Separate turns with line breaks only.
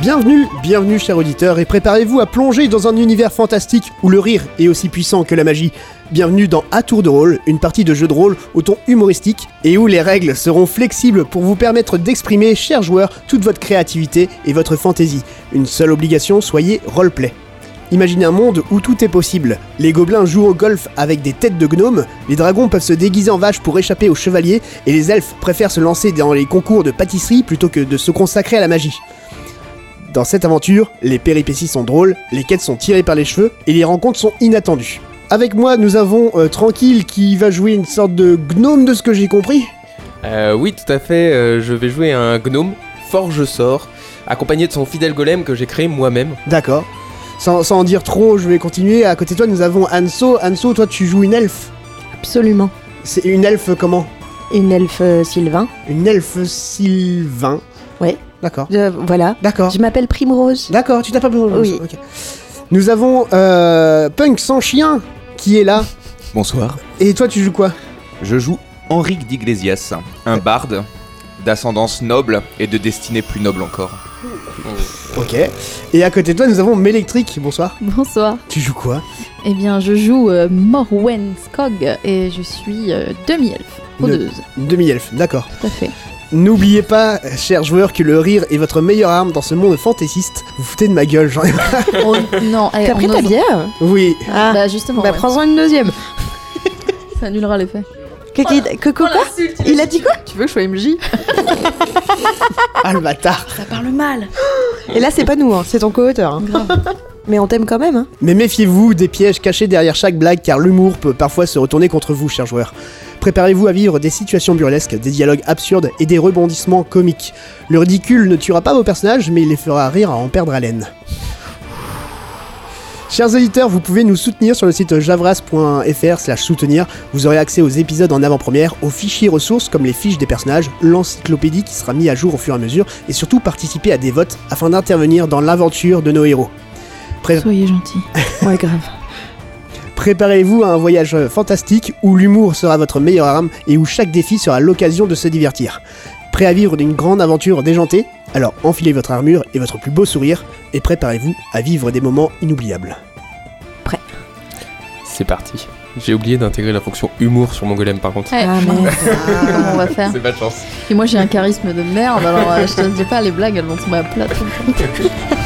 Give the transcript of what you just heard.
Bienvenue, bienvenue chers auditeurs, et préparez-vous à plonger dans un univers fantastique où le rire est aussi puissant que la magie. Bienvenue dans À Tour de Rôle, une partie de jeu de rôle au ton humoristique, et où les règles seront flexibles pour vous permettre d'exprimer, chers joueurs, toute votre créativité et votre fantaisie. Une seule obligation, soyez roleplay. Imaginez un monde où tout est possible. Les gobelins jouent au golf avec des têtes de gnomes, les dragons peuvent se déguiser en vache pour échapper aux chevaliers, et les elfes préfèrent se lancer dans les concours de pâtisserie plutôt que de se consacrer à la magie. Dans cette aventure, les péripéties sont drôles, les quêtes sont tirées par les cheveux, et les rencontres sont inattendues. Avec moi, nous avons euh, Tranquille qui va jouer une sorte de gnome de ce que j'ai compris.
Euh, oui, tout à fait. euh, je vais jouer un gnome, forge sort, accompagné de son fidèle golem que j'ai créé moi-même.
D'accord. Sans, sans en dire trop, je vais continuer. À côté de toi, nous avons Anso. Anso, toi, tu joues une elfe.
Absolument.
C'est une elfe comment
Une elfe euh, Sylvain.
Une elfe Sylvain.
Ouais.
D'accord.
Euh, voilà.
D'accord.
Je m'appelle Primrose.
D'accord, tu t'as pas besoin
Oui.
Ok. Nous avons euh, Punk sans chien qui est là.
Bonsoir.
Et toi, tu joues quoi
Je joue Henrique d'Iglesias, un barde d'ascendance noble et de destinée plus noble encore.
Ok. Et à côté de toi, nous avons Méléctrique. Bonsoir.
Bonsoir.
Tu joues quoi
Eh bien, je joue euh, Morwen Skog et je suis euh, demi-elfe, rôdeuse.
Une demi-elfe, d'accord.
Tout à fait.
N'oubliez pas, chers joueurs, que le rire est votre meilleure arme dans ce monde fantaisiste. Vous foutez de ma gueule, j'en ai marre.
On- non, eh,
T'as
on
pris ta
ose-
bière
Oui,
Ah.
Bah justement,
Bah
ouais.
prends-en une deuxième.
ça annulera l'effet.
Que, que- que- quoi Il a dit quoi
Tu veux que je sois MJ
ah le bâtard.
Et là c'est pas nous, hein, c'est ton co-auteur. hein.
Grave.
Mais on t'aime quand même. Hein.
Mais méfiez-vous des pièges cachés derrière chaque blague, car l'humour peut parfois se retourner contre vous, chers joueurs. Préparez-vous à vivre des situations burlesques, des dialogues absurdes et des rebondissements comiques. Le ridicule ne tuera pas vos personnages, mais il les fera rire à en perdre haleine. Chers auditeurs, vous pouvez nous soutenir sur le site javras.fr slash soutenir. Vous aurez accès aux épisodes en avant-première, aux fichiers ressources comme les fiches des personnages, l'encyclopédie qui sera mise à jour au fur et à mesure, et surtout participer à des votes afin d'intervenir dans l'aventure de nos héros. Pré-
Soyez gentil.
Ouais grave.
Préparez-vous à un voyage euh, fantastique où l'humour sera votre meilleure arme et où chaque défi sera l'occasion de se divertir. Prêt à vivre d'une grande aventure déjantée Alors enfilez votre armure et votre plus beau sourire et préparez-vous à vivre des moments inoubliables.
C'est parti. J'ai oublié d'intégrer la fonction humour sur mon golem par contre.
Ouais,
Ah,
Eh, je
mais-
sais pas comment on va faire
C'est pas de chance.
Et moi j'ai un charisme de merde, alors euh, je te dis pas, les blagues elles vont tomber à plat tout le temps.